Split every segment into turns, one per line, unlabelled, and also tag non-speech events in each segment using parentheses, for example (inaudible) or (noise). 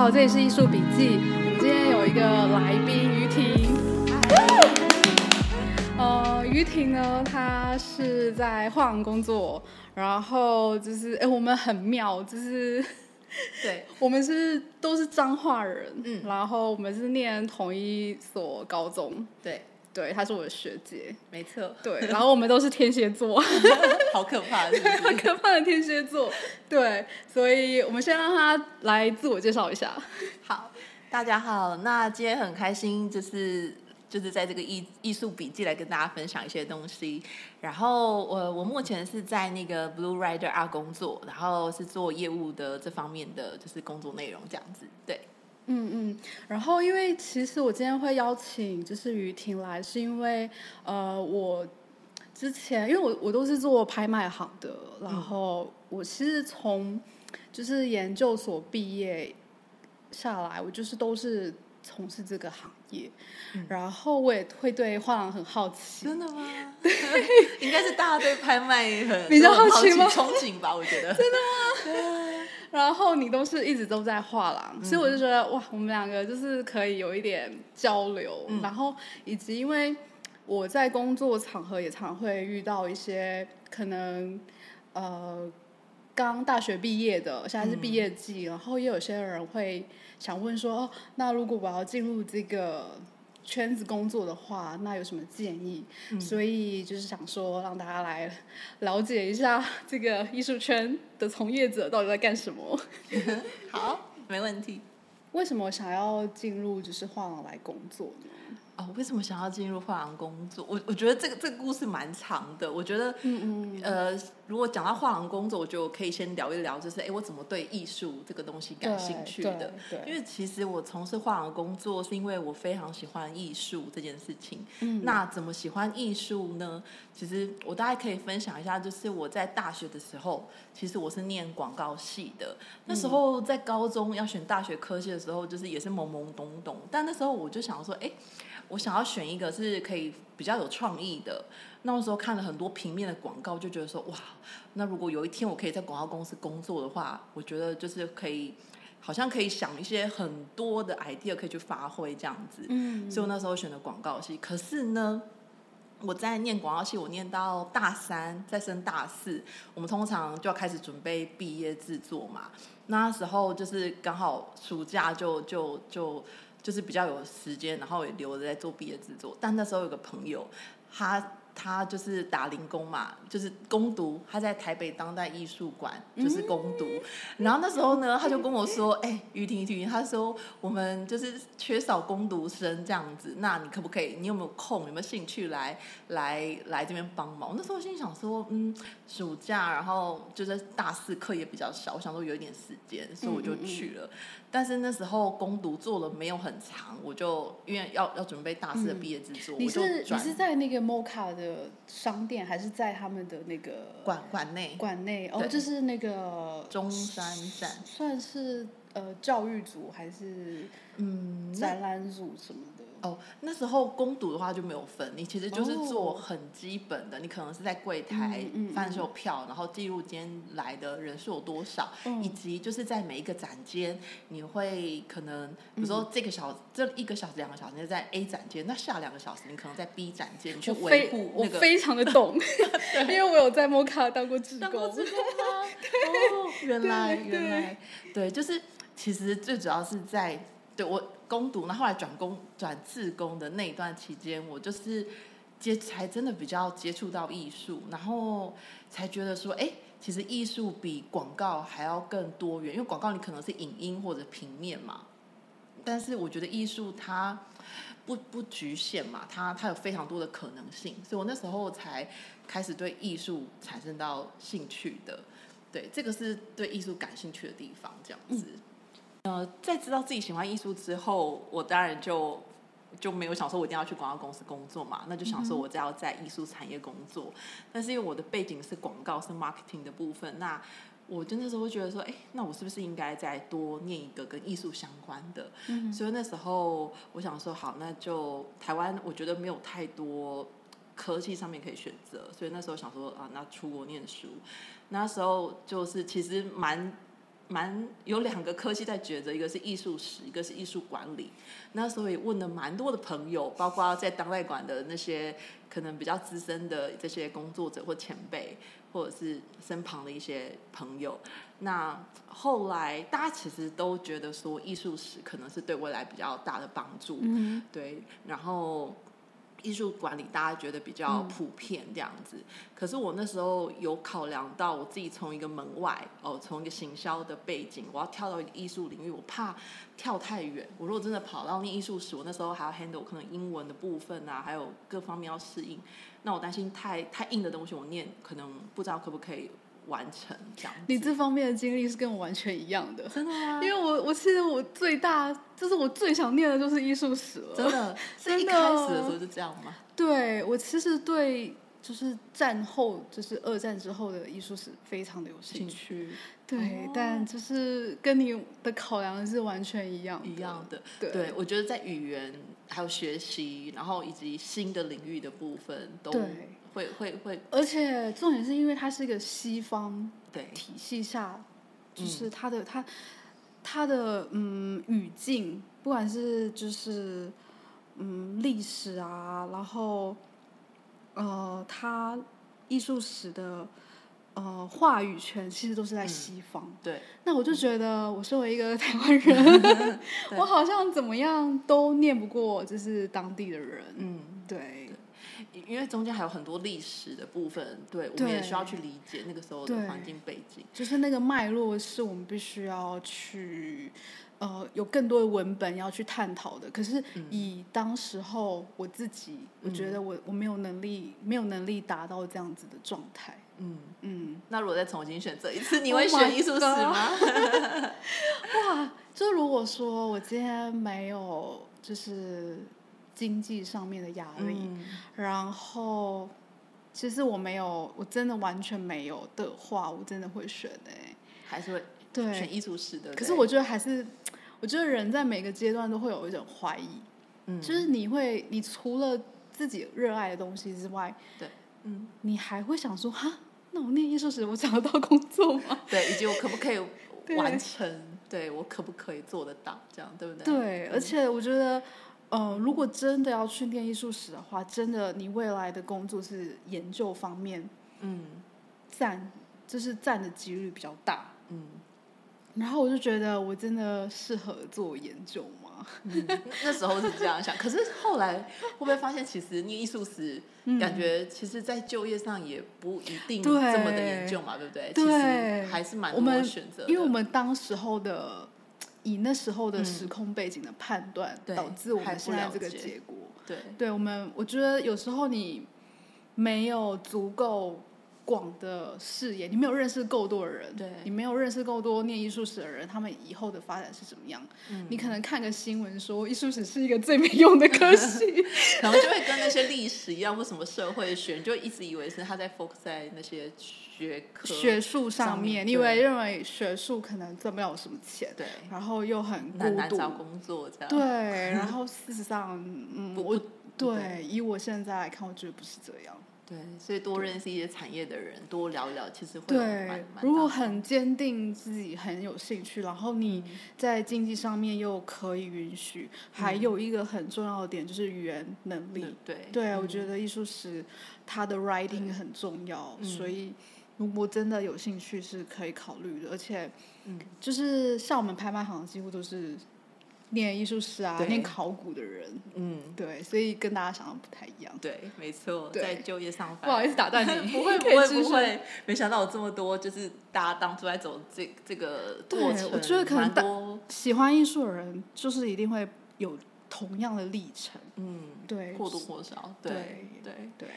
好，这里是艺术笔记。我们今天有一个来宾于婷。 (laughs) 呃，于婷呢，她是在画廊工作，然后就是，哎，我们很妙，就是 (laughs)
对，
我们是都是彰化人，
嗯
然后我们是念同一所高中，
对，
对，她是我的学姐，
没错， (laughs)
对，然后我们都是天蝎座。
好可怕，
(laughs)
是不
很
是？
(laughs) 可怕的天蝎座，对，所以我们先让他来自我介绍一下。
好，大家好，那今天很开心，就是就是在这个艺艺术笔记来跟大家分享一些东西。然后我我目前是在那个 Blue Rider R 工作，然后是做业务的这方面的就是工作内容这样子。对，
嗯嗯，然后因为其实我今天会邀请就是于婷来，是因为呃我之前因为我我都是做拍卖行的，然后我其实从就是研究所毕业下来，我就是都是从事这个行业，然后我也会对画廊很好奇，
真的吗？ (laughs) 对，应该是大家对拍卖很
比较
都很
好
好
奇吗
憧憬吧，我觉得。 (laughs) 真的吗？对啊，
然后你都是一直都在画廊，所以我就觉得哇，我们两个就是可以有一点交流，
嗯
然后以及因为我在工作场合也常会遇到一些可能呃刚大学毕业的，现在是毕业季，然后也有些人会想问说，哦，那如果我要进入这个。圈子工作的话，那有什么建议？所以就是想说，让大家来了解一下 (laughs) 这个艺术圈的从业者到底在干什么。
好，没问题。
为什么想要进入就是画廊来工作呢？
哦，为什么想要进入画廊工作？我我觉得这个这个故事蛮长的。我觉得，
嗯嗯，
呃，如果讲到画廊工作，我觉得我可以先聊一聊，就是哎，诶我怎么对艺术这个东西感兴趣的？
对，对
因为其实我从事画廊工作，是因为我非常喜欢艺术这件事情。
嗯
那怎么喜欢艺术呢？其实我大概可以分享一下，就是我在大学的时候，其实我是念广告系的。那
嗯
时候在高中要选大学科系的时候，就是也是懵懵懂懂，但那时候我就想说，哎、我想要选一个是可以比较有创意的。那时候看了很多平面的广告，就觉得说，哇，那如果有一天我可以在广告公司工作的话，我觉得就是可以，好像可以想一些很多的 idea 可以去发挥这样子。
嗯
所以我那时候选的广告系。可是呢，我在念广告系，我念到大三，再升大四，我们通常就要开始准备毕业制作嘛。那时候就是刚好暑假就就就就是比较有时间，然后也留着在做毕业制作。但那时候有个朋友，他。他就是打零工嘛，就是攻读，他在台北当代艺术馆就是攻读，然后那时候呢，他就跟我说：“哎、于婷，于婷，他说我们就是缺少攻读生这样子，那你可不可以？你有没有空？有没有兴趣来来来这边帮忙？”那时候我心里想说：“嗯，暑假，然后就是大四课也比较少，我想说有一点时间，所以我就去了。但是那时候攻读做了没有很长，我就因为要要准备大四的毕业制作，
嗯你
我就是
你
转
是在那个 Moca 的商店，还是在他们的那个
馆馆内
馆内？哦，
对
就是那个
中山站。”
算是呃教育组还是
嗯，那
展览组什么的？
哦，那时候攻读的话就没有分，你其实就是做
哦
很基本的，你可能是在柜台
嗯嗯
贩售票，然后记录今天来的人数有多少，
嗯
以及就是在每一个展间，你会可能比如说这个小、这一个小时、两个小时你就在 A 展间，那下两个小时你可能在 B 展间，你去
我
维
非
护
我
那个。
非
(laughs)
常的懂，因为我有在 Moca 当过 (laughs) 志
当过
工
志。工吗？哦，原来
对
原来，对，就是其实最主要是在对我攻读，然后后来转工转自工的那一段期间，我就是接才真的比较接触到艺术，然后才觉得说，哎、其实艺术比广告还要更多元，因为广告你可能是影音或者平面嘛，但是我觉得艺术它不不局限嘛，它它有非常多的可能性，所以我那时候才开始对艺术产生到兴趣的。对，这个是对艺术感兴趣的地方，这样子。呃，在知道自己喜欢艺术之后，我当然就就没有想说我一定要去广告公司工作嘛，那就想说我只要在艺术产业工作。但是因为我的背景是广告，是 marketing 的部分，那我就那时候会觉得说，哎，那我是不是应该再多念一个跟艺术相关的？
嗯
所以那时候我想说，好，那就台湾，我觉得没有太多科技上面可以选择，所以那时候想说啊，那出国念书，那时候就是其实蛮蛮有两个科系在抉择，一个是艺术史，一个是艺术管理。那所以问了蛮多的朋友，包括在当代馆的那些可能比较资深的这些工作者或前辈，或者是身旁的一些朋友。那后来大家其实都觉得说，艺术史可能是对未来比较大的帮助。
嗯
对，然后艺术管理大家觉得比较普遍这样子。可是我那时候有考量到我自己从一个门外哦，从一个行销的背景，我要跳到一个艺术领域，我怕跳太远。我如果真的跑到念艺术史，我那时候还要 handle 可能英文的部分啊，还有各方面要适应。那我担心太太硬的东西，我念可能不知道可不可以完成这样子。
你这方面的经历是跟我完全一样的，
真的啊吗 (laughs)
因？为我我其实我最大就是我最想念的就是艺术史了。
真的是一
真的
开始的时候就这样吗？
对我其实对就是战后就是二战之后的艺术史非常的有兴趣，
趣
对，
哦
但就是跟你的考量是完全一样的
一样的。
对
对，我觉得在语言还有学习，然后以及新的领域的部分，都
对
会会会
而且重点是因为它是一个西方
对
体系下，就是它的、它它的嗯语境，不管是就是嗯历史啊，然后呃它艺术史的呃话语权其实都是在西方。
对，
那我就觉得，我身为一个台湾人
对
(laughs) 我好像怎么样都念不过，就是当地的人。
嗯，
对
因为中间还有很多历史的部分，对我们也
对
需要去理解那个时候的
对
环境背景。
就是那个脉络是我们必须要去，呃，有更多的文本要去探讨的。可是以当时候我自己，我觉得我我没有能力，没有能力达到这样子的状态。
嗯，
嗯，
那如果再重新选择一
(laughs)
次，你会
Oh my
选艺术史吗？嗯
哇，就如果说我今天没有就是经济上面的压力，
嗯
然后其实我没有，我真的完全没有的话，我真的会选哎、
还是会
对，
选艺术史的。对不
可
对
是我觉得还是，我觉得人在每个阶段都会有一种怀疑，
嗯
就是你会，你除了自己热爱的东西之外，
对嗯
你还会想说，哈，那我念艺术史，我找得到工作吗？
对，以及我可不可以
(laughs) 对
完成？对我可不可以做得到？这样对 (laughs) 不对？嗯
对，而且我觉得。呃，如果真的要去念艺术史的话，真的你未来的工作是研究方面
嗯
占，就是占的几率比较大。
嗯。
然后我就觉得我真的适合做研究吗？
那时候是这样想，可是后来会不会发现，其实念艺术史，感觉其实在就业上也不一定这
嗯对
么的严重嘛，对不对？
对
其实还是蛮
我
多
们
选择的，
因为我们当时候的以那时候的时空背景的判断，
嗯对
导致我
还
们
不
现在
了
这个
解
结果。
对
对我们，我觉得有时候你没有足够广的视野，你没有认识够多的人，
对
你没有认识够多念艺术史的人，他们以后的发展是怎么样？
嗯
你可能看个新闻说艺术史是一个最没用的科
(laughs)
系，
可能就会跟那些历史一样，或什么社会学，你就一直以为是他在 focus 在那些学科
学术
上
上
面
面，你以为认为学术可能赚不了什么钱，
对，
然后又很孤
难难
独，
找工作这样， (laughs)
对，然后事实上，嗯，
不
我
不对
对以我现在来看，我觉得不是这样。
对，所以多认识一些产业的人，多聊一聊，其实会有蛮
对
蛮，
如果
大
很坚定自己很有兴趣，然后你
嗯
在经济上面又可以允许，还
嗯
有一个很重要的点就是语言能力。
对
对，我
嗯
觉得艺术史它的 writing 很重要，所
嗯
以如果真的有兴趣是可以考虑的，而且
嗯，
就是像我们拍卖行几乎都是念艺术史啊、
对
念考古的人。
嗯。
对，所以跟大家想的不太一样。
对，没错，
对
在就业上
不好意思打断你，
(laughs) 不会不
可以
会
继续
不。会，没想到有这么多，就是大家当初在走这这个
对
过程，
我觉得可能
蛮
大
多，
喜欢艺术的人就是一定会有同样的历程，
嗯，
对，
或多或少，对对。
对，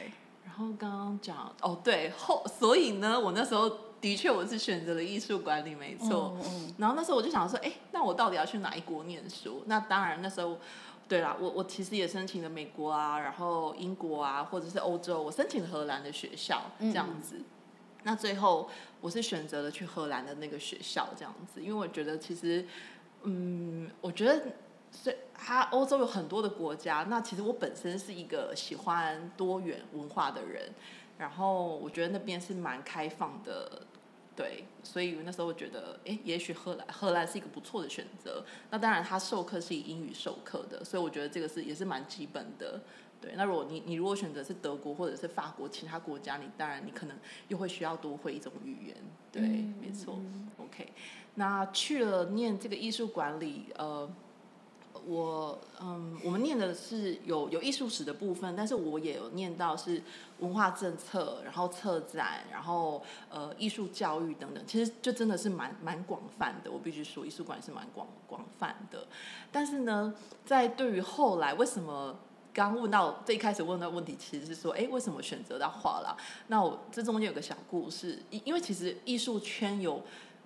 然后刚刚讲哦，对后，所以呢，我那时候的确我是选择了艺术管理，没错。
嗯，嗯
然后那时候我就想说，哎，那我到底要去哪一国念书？那当然那时候，对啦，我我其实也申请了美国啊，然后英国啊，或者是欧洲，我申请了荷兰的学校这样子。那最后我是选择了去荷兰的那个学校这样子，因为我觉得其实，嗯，我觉得。所以，它欧洲有很多的国家。那其实我本身是一个喜欢多元文化的人，然后我觉得那边是蛮开放的对，所以那时候我觉得，诶，也许荷兰荷兰是一个不错的选择。那当然，他授课是以英语授课的，所以我觉得这个是也是蛮基本的。对，那如果你你如果选择是德国或者是法国其他国家，你当然你可能又会需要多会一种语言。对，
嗯
没错。OK，那去了念这个艺术管理，呃，我嗯，我们念的是有有艺术史的部分，但是我也有念到是文化政策，然后策展，然后呃艺术教育等等，其实就真的是蛮蛮广泛的。我必须说，艺术馆是蛮广广泛的。但是呢，在对于后来为什么？刚问到最一开始问的问题，其实是说，哎，为什么选择到画廊？那我这中间有个小故事，因因为其实艺术圈有，我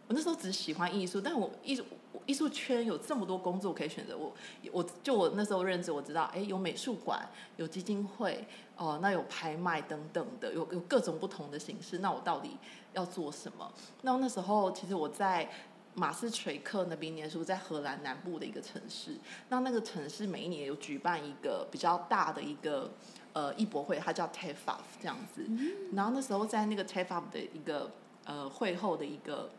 那时候只喜欢艺术，但我艺术我艺术圈有这么多工作可以选择，我我就我那时候认知我知道，哎，有美术馆，有基金会，哦、那有拍卖等等的，有有各种不同的形式。那我到底要做什么？那那时候其实我在马斯垂克那边念书，在荷兰南部的一个城市。那那个城市每一年有举办一个比较大的一个呃艺博会，它叫 TEFAF 这样子。然后那时候在那个 E TEFAF 的一个呃会后的一个。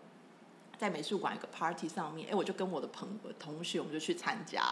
在美术馆一个 party 上面，哎、我就跟我的朋友同学，我们就去参加，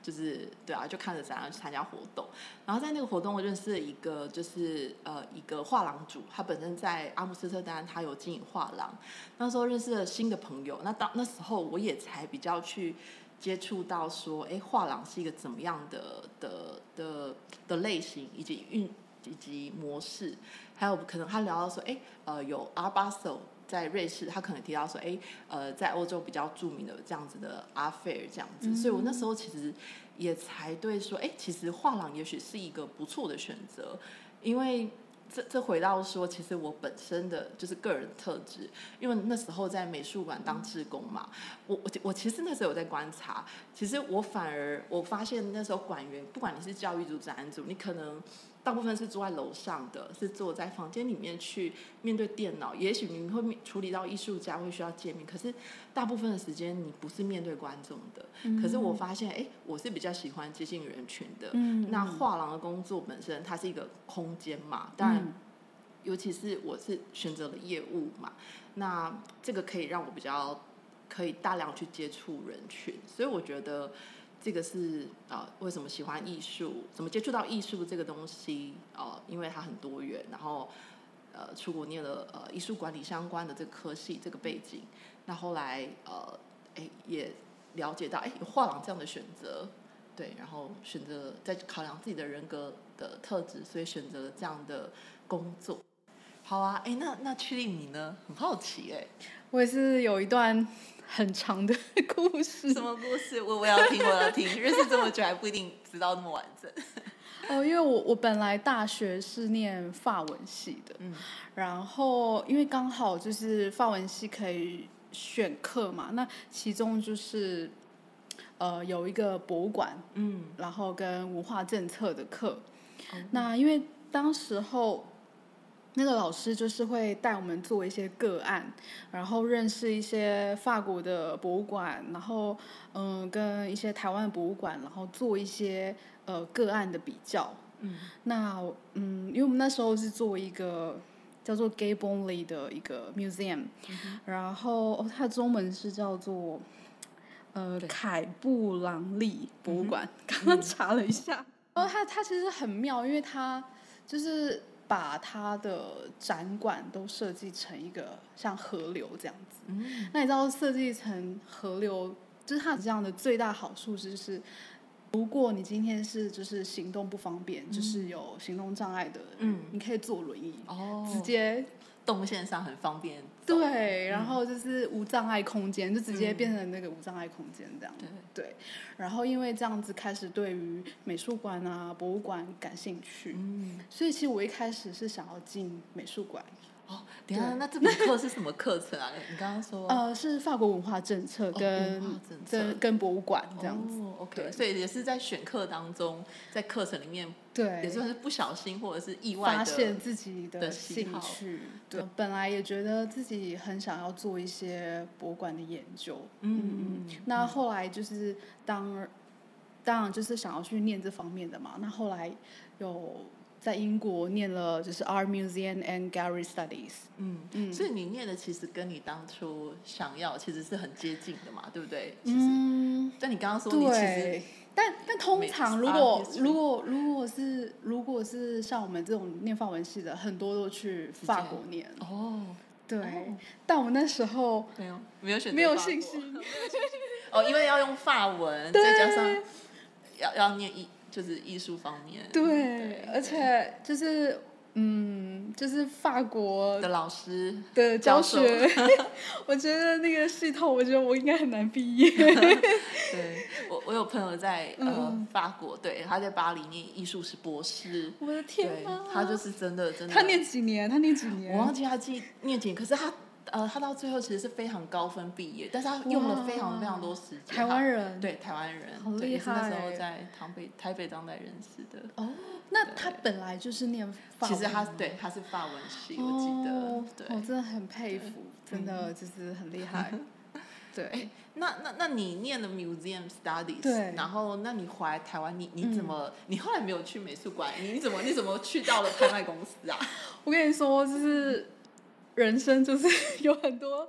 就是对啊，就看着展览去参加活动。然后在那个活动，我认识了一个就是呃一个画廊主，他本身在阿姆斯特丹，他有经营画廊。那时候认识了新的朋友，那当那时候我也才比较去接触到说，哎，画廊是一个怎么样的的的的类型，以及运以及模式，还有可能他聊到说，哎，呃，有阿巴手。在瑞士，他可能提到说，哎，呃，在欧洲比较著名的这样子的阿菲尔这样子，所以我那时候其实也才对说，哎，其实画廊也许是一个不错的选择，因为这这回到说，其实我本身的就是个人特质，因为那时候在美术馆当志工嘛，我我我其实那时候有在观察，其实我反而我发现那时候馆员，不管你是教育组、展览组，你可能。大部分是坐在楼上的，是坐在房间里面去面对电脑。也许你会面处理到艺术家会需要见面，可是大部分的时间你不是面对观众的。可是我发现，哎、我是比较喜欢接近人群的。
嗯
那画廊的工作本身，它是一个空间嘛，
嗯
当然，尤其是我是选择了业务嘛，那这个可以让我比较可以大量去接触人群，所以我觉得这个是啊、呃为什么喜欢艺术，怎么接触到艺术这个东西哦、呃因为它很多元，然后呃，出国念了呃艺术管理相关的这个科系这个背景，那后来呃，哎也了解到哎有画廊这样的选择，对，然后选择在考量自己的人格的特质，所以选择了这样的工作。好啊，哎，那那确定你呢？很好奇
(laughs)
哎、
我也是有一段很长的 (laughs) 故事
什么故事？我我要听，我要听。认识这么久还不一定知道那么完整。
哦，因为我我本来大学是念法文系的，
嗯
然后因为刚好就是法文系可以选课嘛，那其中就是呃有一个博物馆，
嗯
然后跟文化政策的课。那因为当时候那个老师就是会带我们做一些个案，然后认识一些法国的博物馆，然后嗯、跟一些台湾的博物馆，然后做一些呃个案的比较。
嗯
那嗯，因为我们那时候是做一个叫做 Gay Bonley 的一个 museum，、然
嗯
后、哦、它的中文是叫做呃
对嗯
凯布朗利博物馆， (laughs) 刚刚查了一下，然后它它其实很妙，因为它就是把它的展馆都设计成一个像河流这样子。
嗯
那你知道设计成河流，就是它这样的最大好处就是，如果你今天是就是行动不方便，就是有行动障碍的，
嗯，
你可以坐轮椅，
哦，
直接
动线上很方便。
对，
嗯
然后就是无障碍空间，就直接变成那个无障碍空间这样。
对，
对，然后因为这样子开始对于美术馆啊、博物馆感兴趣，
嗯
所以其实我一开始是想要进美术馆，
哦，等一下，那这门课是什么课程啊？ (laughs) 你刚刚说
呃，是法国文化政策
哦
跟、
文化政策哦
跟跟博物馆这样子。
子、o k
对
所以也是在选课当中，在课程里面
对，
也算是不小心或者是意外
发
的
现自己
的
的
喜
兴
好
趣。
对
对，本来也觉得自己很想要做一些博物馆的研究。
嗯嗯嗯
那后来就是当当然就是想要去念这方面的嘛。那后来有在英国念了就是 Art Museum and Gallery Studies。
嗯嗯，所以你念的其实跟你当初想要其实是很接近的嘛，对不对？其实，
嗯，
但你刚刚说你其实
对。但但通常如
Makes
果
art history
如果如果是如果是像我们这种念法文系的，很多都去法国念。
哦，
对，
哦
但我那时候
没有没有选择
没有
法国
信心
(laughs) 哦，因为要用法文，
对
再加上要要念艺就是艺术方面，
对，而且就是嗯，就是法国
的老师
的教
教授
学， (laughs) 我觉得那个系统，我觉得我应该很难毕
(laughs)
业。
对我，我有朋友在
嗯
呃法国，对，他在巴黎念艺术史博士，
我的
对
天啊，！
他就是真的真的，
他念几年？他念几年？
我忘记他记念几年，可是他呃他到最后其实是非常高分毕业，但是他用了非常非常多时间。
台湾人
他对台湾人，
好
对
厉
也是那时
害
候
欸
在台北台北当代人士的。
哦，那他本来就是念法文
其实他
吗
对他是法文系，我记得、
哦，
对。嗯
我真的很佩服，真的就是很厉
(laughs)
害。对，
那那那你念了 museum studies，
对嗯
然后那你回来台湾，你你怎么、你后来没有去美术馆？你你怎么你怎么去到了拍卖公司啊？ (laughs)
我跟你说，就是人生就是 (laughs) 有很多
啊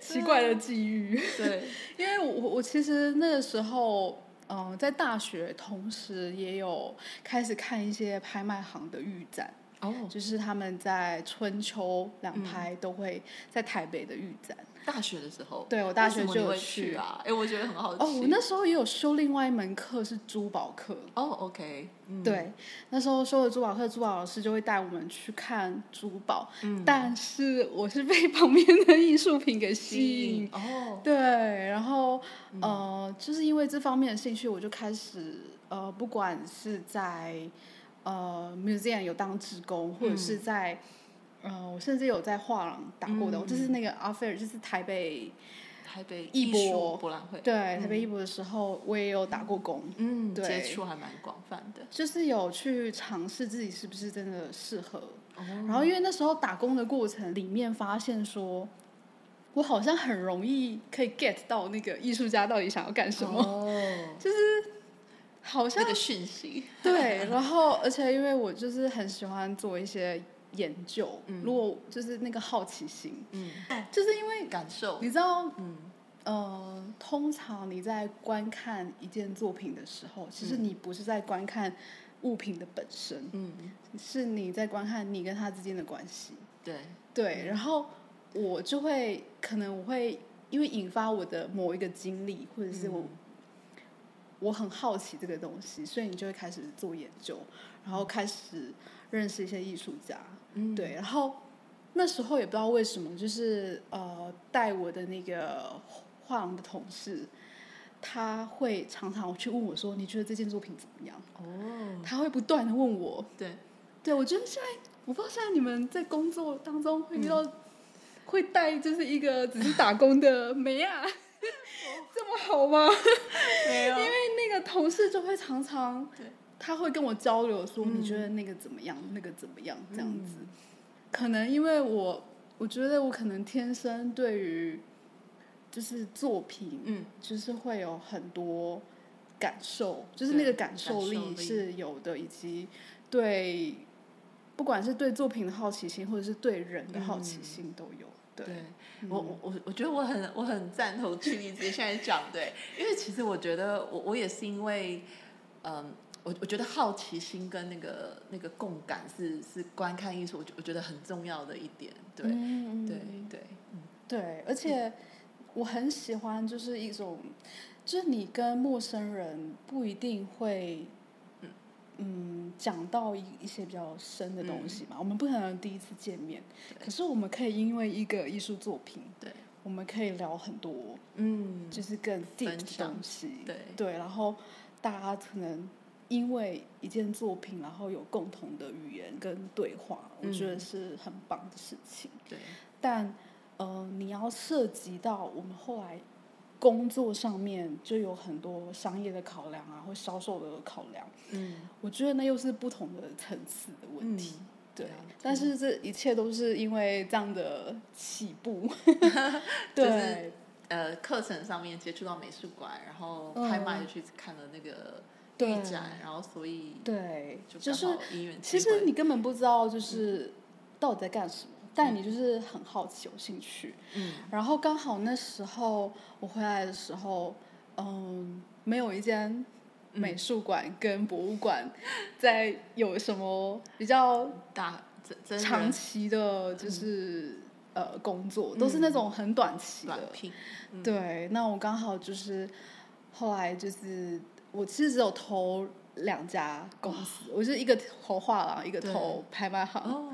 奇怪的际遇，
对，
因为我我其实那个时候。嗯，在大学同时也有开始看一些拍卖行的预展，
哦，嗯
就是他们在春秋两拍都会在台北的预展。
大学的时候，
对我大
为什
学
么
就
你
有
会
去
去啊，哎，我觉得很好奇。
哦，我那时候也有修另外一门课是珠宝课，
哦，OK，嗯，
对，那时候修了珠宝课，珠宝老师就会带我们去看珠宝，
嗯
但是我是被 (laughs) 旁边的艺术品给吸
吸
引
引，哦，嗯
对，然后、呃，就是因为这方面的兴趣，我就开始呃，不管是在呃 museum 有当职工，或者是
嗯
在、呃，我甚至有在画廊打过的，我
嗯
就是那个 a f f 就是台北
台北
艺
艺术
博
博览会，
对、台北艺博的时候，我也有打过工。
嗯，
对
接触还蛮广泛的。
就是有去尝试自己是不是真的适合，
哦，
然后因为那时候打工的过程里面发现说，我好像很容易可以 get 到那个艺术家到底想要 (laughs) 干什么，
哦，嗯
好像
那个讯息，
对，然后而且因为我就是很喜欢做一些研究，如果就是那个好奇心，
嗯，
就是因为
感受，
你知道，
嗯，
呃，通常你在观看一件作品的时候，其实你不是在观看物品的本身，
嗯，
是你在观看你跟他之间的关系。
对，
对，然后我就会可能我会因为引发我的某一个经历，或者是我、我很好奇这个东西，所以你就会开始做研究，然后开始认识一些艺术家。
嗯，
对，然后那时候也不知道为什么，就是呃，带我的那个画廊的同事，他会常常去问我说：“你觉得这件作品怎么样
哦，？”
他会不断的问我。
对，
对，我觉得现在我不知道现在你们在工作当中会遇
嗯
到、会带就是一个只是打工的梅啊， (laughs) 这么好吗？
没有
因为那个同事就会常常
啊对，
他会跟我交流说，
嗯
你觉得那个怎么样，那个怎么样，这样子。可能因为我，我觉得我可能天生对于就是作品，
嗯，
就是会有很多感受，就是那
对
个感受
感受
力
力
是有的，以及对不管是对作品的好奇心，或者是对人的好奇心都有。对，嗯
嗯对嗯我我我我觉得我很我很赞同曲丽姐现在讲对，因为其实我觉得我我也是因为，嗯，我我觉得好奇心跟那个那个共感是是观看艺术，我觉我觉得很重要的一点，对、
嗯
对对，嗯
对，而且我很喜欢，就是一种，就是你跟陌生人不一定会，嗯，讲到一一些比较深的
嗯
东西嘛。我们不可能第一次见面，可是我们可以因为一个艺术作品，
对，
我们可以聊很多，
嗯，
就是更 deep
分
的
享
东西。
对
对，然后大家可能因为一件作品，然后有共同的语言跟对话，我觉得
嗯
是很棒的事情。
对，
但呃，你要涉及到我们后来工作上面就有很多商业的考量啊，或销售的考量，
嗯
我觉得那又是不同的层次的问题。
嗯，
对
了，
但是这一切都是因为这样的起
(laughs)
步，对、
呃，课程上面接触到美术馆，然后拍卖
嗯
就去看了那个
对
预展，然后所以
对，就
就是刚好因缘
其
际
实
会，嗯
你根本不知道就是到底在干什么，但你就是很好奇、有兴趣。
嗯，
然后刚好那时候我回来的时候，嗯，没有一间
嗯
美术馆跟博物馆在有什么比较
大真真人
长期的，就是、呃工作，都是那种很短期的。
嗯短聘，嗯
对，那我刚好就是后来就是我其实只有投两家公司，我就是一个投画廊，一个
对
投拍卖行。
哦，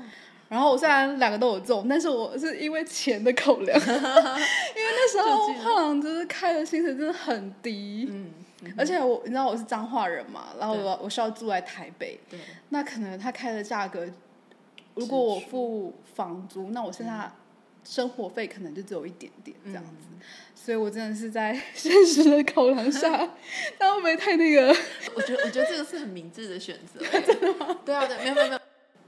然后我虽然两个都有中，但是我是因为钱的考
(laughs)
量，因为那时候
就记得
画廊就是开的薪水真的很低，
嗯，嗯
而且我你知道我是彰化人嘛，然后
对
我我需要住在台北，
对，
那可能他开的价格，如果我付房租，那我剩
嗯
下生活费可能就只有一点点这样子，所以我真的是在 (laughs) 现实的考量下，那会不会太那个？
我觉得我觉得这个是很明智的选 (laughs) 择耶，对啊，对，没有没有没有，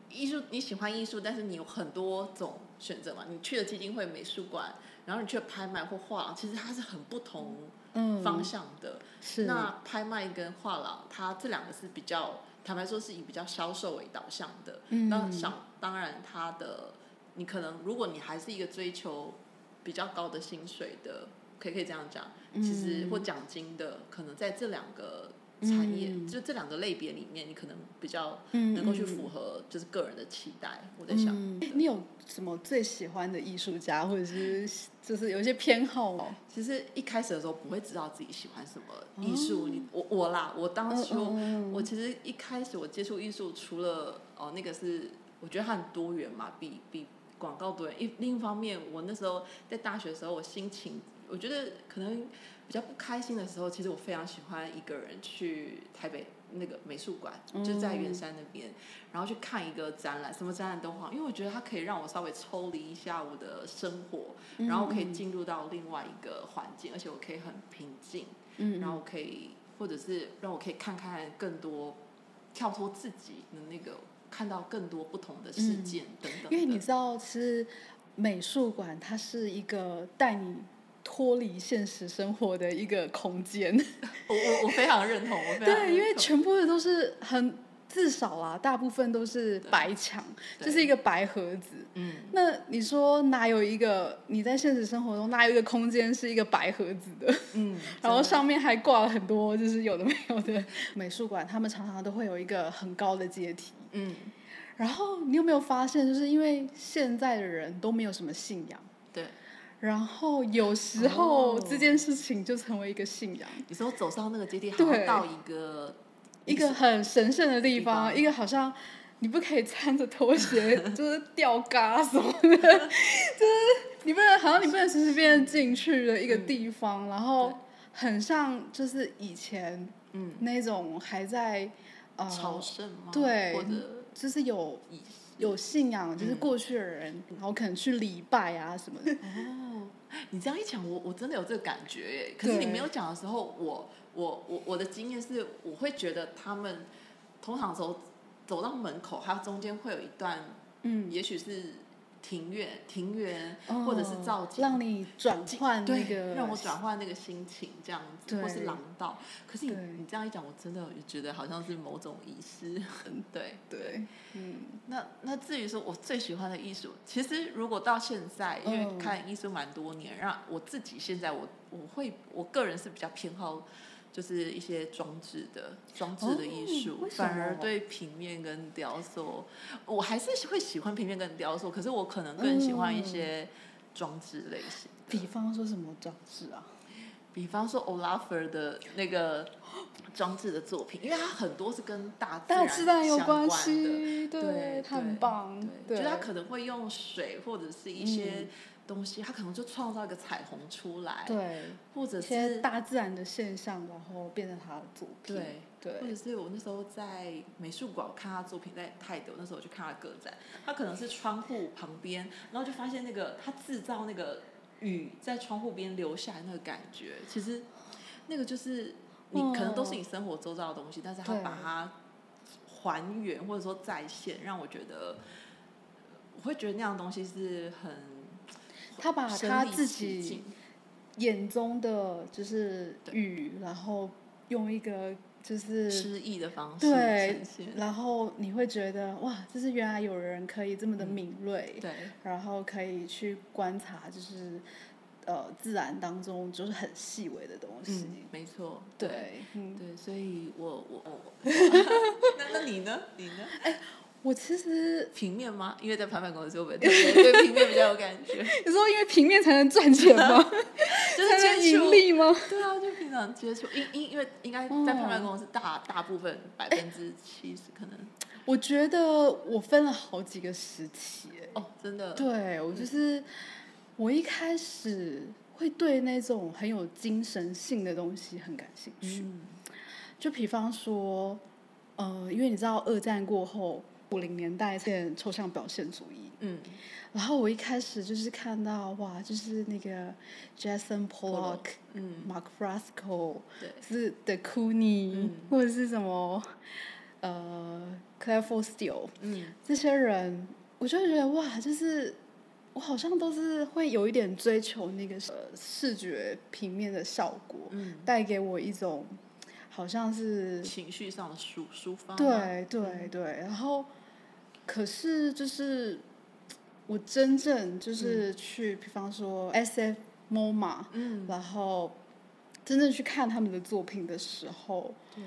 艺术你喜欢艺术，但是你有很多种选择嘛，你去了基金会、美术馆，然后你去了拍卖或画廊，其实它是很不同
嗯，
方向的。
是
那拍卖跟画廊，它这两个是比较坦白说是以比较销售为导向的。
嗯
那想当然它的，你可能如果你还是一个追求比较高的薪水的，可以可以这样讲，
嗯
其实或奖金的，可能在这两个。产业、
嗯
就这两个类别里面，你可能比较
嗯
能够去
嗯
符合就是个人的期待。我在想，
嗯你有什么最喜欢的艺术家，或者是就是有一些偏好吗？
其实一开始的时候不会知道自己喜欢什么艺术。
哦
你我我啦，我当初、
嗯嗯嗯
我其实一开始我接触艺术，除了哦那个是我觉得它很多元嘛，比比广告多元。一另一方面，我那时候在大学的时候，我心情我觉得可能比较不开心的时候，其实我非常喜欢一个人去台北那个美术馆，就是在圆山那边，然后去看一个展览，什么展览都好，因为我觉得它可以让我稍微抽离一下我的生活，
嗯
然后可以进入到另外一个环境，而且我可以很平静，
嗯
然后可以或者是让我可以看看更多跳脱自己的那个，看到更多不同的事件等等的。
嗯因为你知道，其实美术馆它是一个带你脱离现实生活的一个空间。
我我我非常认同，我
(laughs)
非常
对，因为
认同
全部的都是很至少啊，大部分都是白墙，
对
就是一个白盒子。
嗯。
那你说哪有一个你在现实生活中哪有一个空间是一个白盒子的？ (laughs)
嗯，
然后
真的
上面还挂了很多就是有的没有的 (laughs) 美术馆，他们常常都会有一个很高的阶梯。
嗯，
然后你有没有发现，就是因为现在的人都没有什么信仰，
对，
然后有时候
哦
这件事情就成为一个信仰。
你说走上那个阶梯，还
对
要到一个
一个很神圣的地
地
方，
方
一个好像你不可以穿着拖 (laughs) 鞋就是吊嘎什么的，就是你不能好像你不能随随便便进去的一个地方，然后
对
很像就是以前
嗯
那种还在呃，
朝圣吗？
对
或者
就是有
以
有信仰，就是过去的人，然后可能去礼拜啊什么的，
哦，你这样一讲，我我真的有这个感觉耶。可是你
对
没有讲的时候，我我我我的经验是，我会觉得他们通常走走到门口，它中间会有一段，
嗯，
也许是庭院、庭园，或者是造
哦
景，
让你转换那
对，
个，
让我转换那个心情，这样子，
对
或是廊道。可是你
对
你这样一讲，我真的觉得好像是某种仪式。 (laughs) 对，
对，嗯。
那那至于说我最喜欢的艺术，其实如果到现在，因
嗯
为看艺术蛮多年，让我自己现在我我会我个人是比较偏好。就是一些装置的装置的艺术
哦，为什么
反而对平面跟雕塑，我还是会喜欢平面跟雕塑，可是我可能更喜
嗯
欢一些装置类型的。
比方说什么装置啊？
比方说 Olafur 的那个
(gasps)
装置的作品，因为它很多是跟大
大自
自
然
然
有
相关
关
的，
系，
对，
它很
对
棒，对，
对，就是它可能会用水或者是一些东西，它可能就创造一个彩虹出来，
对
或者
一些
是
大自然的现象，然后变成他的作品，
对。或
对，
者是我那时候在美术馆我看他作品，在泰德那时候我去看他个展，他可能是窗户旁边，然后就发现那个他制造那个雨在窗户边流下来那个感觉，其实那个就是你
嗯
可能都是你生活周遭的东西，但是他
对
把它还原或者说再现，让我觉得我会觉得那样东西是很
他把
身
他
临
自
其
己
境
眼中的就是雨，然后用一个就是
诗意的方式
对
呈现，
然后你会觉得哇，就是原来有人可以这么的敏锐，
对，
然后可以去观察，就是呃自然当中就是很细微的东西。
嗯，没错，
对，嗯，
对，所以我我
(laughs)
我，那那你呢？你呢？
我其实
平面吗？因为在拍卖公司，我们 (laughs) 对对平面比较有感觉，
(laughs) 你说因为平面才能赚钱 (laughs) 吗？
就
才
是
能
接触
盈。利吗？
对啊，就平常接触，因因因为应该
哦
在拍卖公司大大部分百分之七十可能
我觉得我分了好几个时期，哎
哦，真的
对我就是我一开始会对那种很有精神性的东西很感兴趣，
嗯
就比方说，呃，因为你知道二战过后。五零年代现抽象表现主义，
嗯，
然后我一开始就是看到哇，就是那个 Jason Pollock、
嗯
Mark Fresco，
对，
是 The Cooney，、
嗯
或者是什么呃 Claire f o r Steele
嗯
这些人，我就会觉得哇，就是我好像都是会有一点追求那个呃视觉平面的效果，
嗯，
带给我一种好像是
情绪上的抒抒发，，
对对对，
嗯
然后可是就是我真正就是去，比方说 SF MoMA，
嗯
然后真正去看他们的作品的时候
对，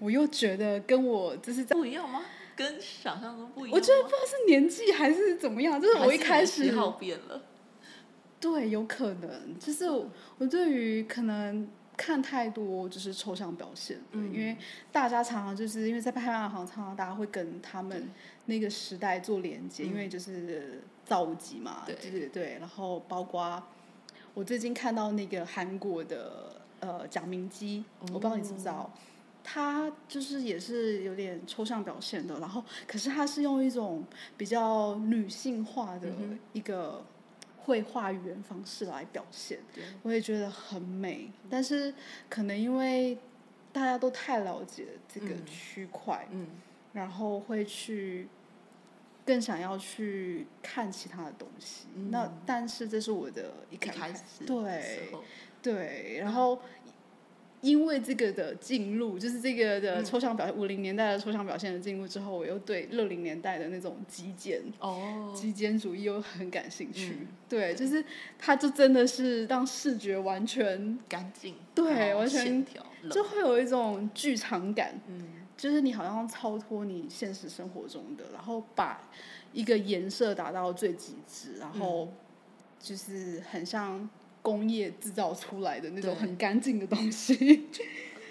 我又觉得跟我就是在，
不一样吗？跟想象中不一样吗，
我觉得不知道是年纪还是怎么样，就是
还
我一
你
开
的
始
喜好变了，
对，有可能，就是我对于可能看太多就是抽象表现的，
嗯
因为大家常常就是因为在拍卖行，常常大家会跟他们那个时代做连接，因为就是造物机嘛，
嗯对
对对，然后包括我最近看到那个韩国的呃贾明基，我不知道你知不知
哦
道。他就是也是有点抽象表现的，然后哦可是他是用一种比较女性化的
嗯
一个绘画语言方式来表现，
对，
我也觉得很美。
嗯
但是可能因为大家都太了解这个
嗯
区块，
嗯
然后会去更想要去看其他的东西。
嗯
那但是这是我的一
一
开
开始的
对
时候，
对，然后因为这个的进入，就是这个的
嗯
抽象表现，五零、年代的抽象表现的进入之后，我又对六零年代的那种极简。
哦，
极简主义又很感兴趣，
嗯
对，就是它就真的是让视觉完全
嗯干净，
对
然后
完全
线条冷
就会有一种剧场感，
嗯
就是你好像超脱你现实生活中的，然后把一个颜色达到最极致，然
嗯
后就是很像工业制造出来的那种
对
很干净的东西。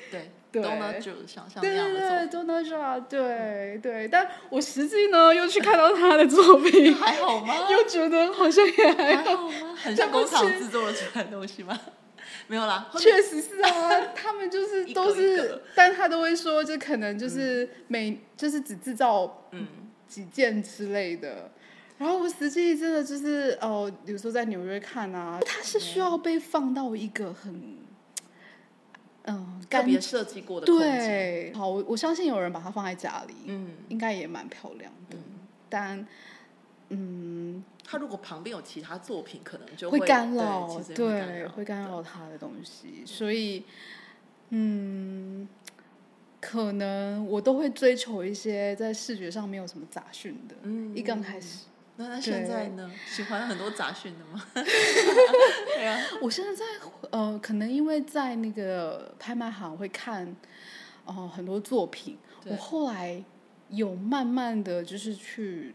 对
对
都能就想象那
对
样
对
的作嗯
对，多纳莎，啊对对，但我实际呢又去看到他的作品
(laughs) 品，，还好吗？
又觉得好像也 (laughs) 还
还好吗？很
对
像
不
工
起
厂制作的出来的东西吗？ (laughs) 没有啦，后面
确实是啊，他们就是
哦一个
都
一
是，
个
但他都会说，就可能就是每、就是只制造
嗯
几件之类的。然后我实际真的就是哦，比如说在纽约看啊，它是需要被放到一个很嗯
特
干
别设计过的空间，
对，好，我我相信有人把它放在家里，
嗯
应该也蛮漂亮的，
嗯，
但嗯
它如果旁边有其他作品，可能就
会干
对
扰
其，实也会干
对，
扰，
会干扰他的东西，所以，嗯，可能我都会追求一些在视觉上没有什么杂讯的。
嗯
一刚开。始，
那那
对
现在呢？喜欢很多杂讯的
(laughs)
吗？对啊，
我现在在呃，可能因为在那个拍卖行会看，呃，很多作品，
对
我后来有慢慢的就是去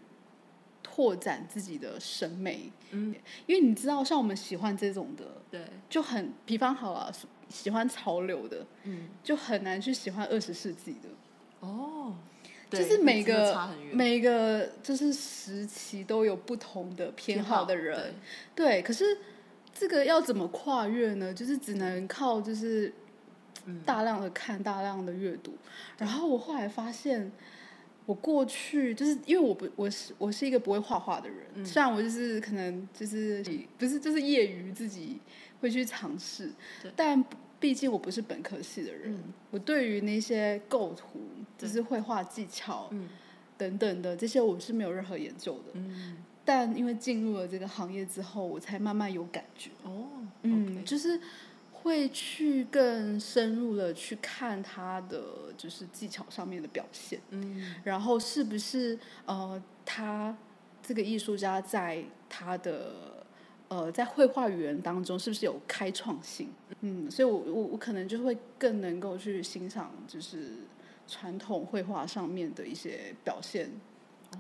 拓展自己的审美，
嗯，
因为你知道，像我们喜欢这种的，
对，
就很，比方好了，喜欢潮流的，
嗯，
就很难去喜欢二十世纪的，
哦，
就
对
是每
那真的
个
差很远
每个就是时期都有不同的偏好的人，，对，可是这个要怎么跨越呢？就是只能靠就是
嗯
大量的看，大量的阅读。然后我后来发现，我过去就是因为我不我是我是一个不会画画的人，
嗯
虽然我就是可能就是不是就是业余自己会去尝试
对，
但毕竟我不是本科系的人，
嗯
我对于那些构图就
对
是绘画技巧
嗯
等等的这些我是没有任何研究的。
嗯，
但因为进入了这个行业之后，我才慢慢有感觉。
哦，
嗯
OK
就是会去更深入的去看他的就是技巧上面的表现，
嗯，
然后是不是呃，他这个艺术家在他的呃在绘画语言当中是不是有开创性？嗯，所以我我我可能就会更能够去欣赏就是传统绘画上面的一些表现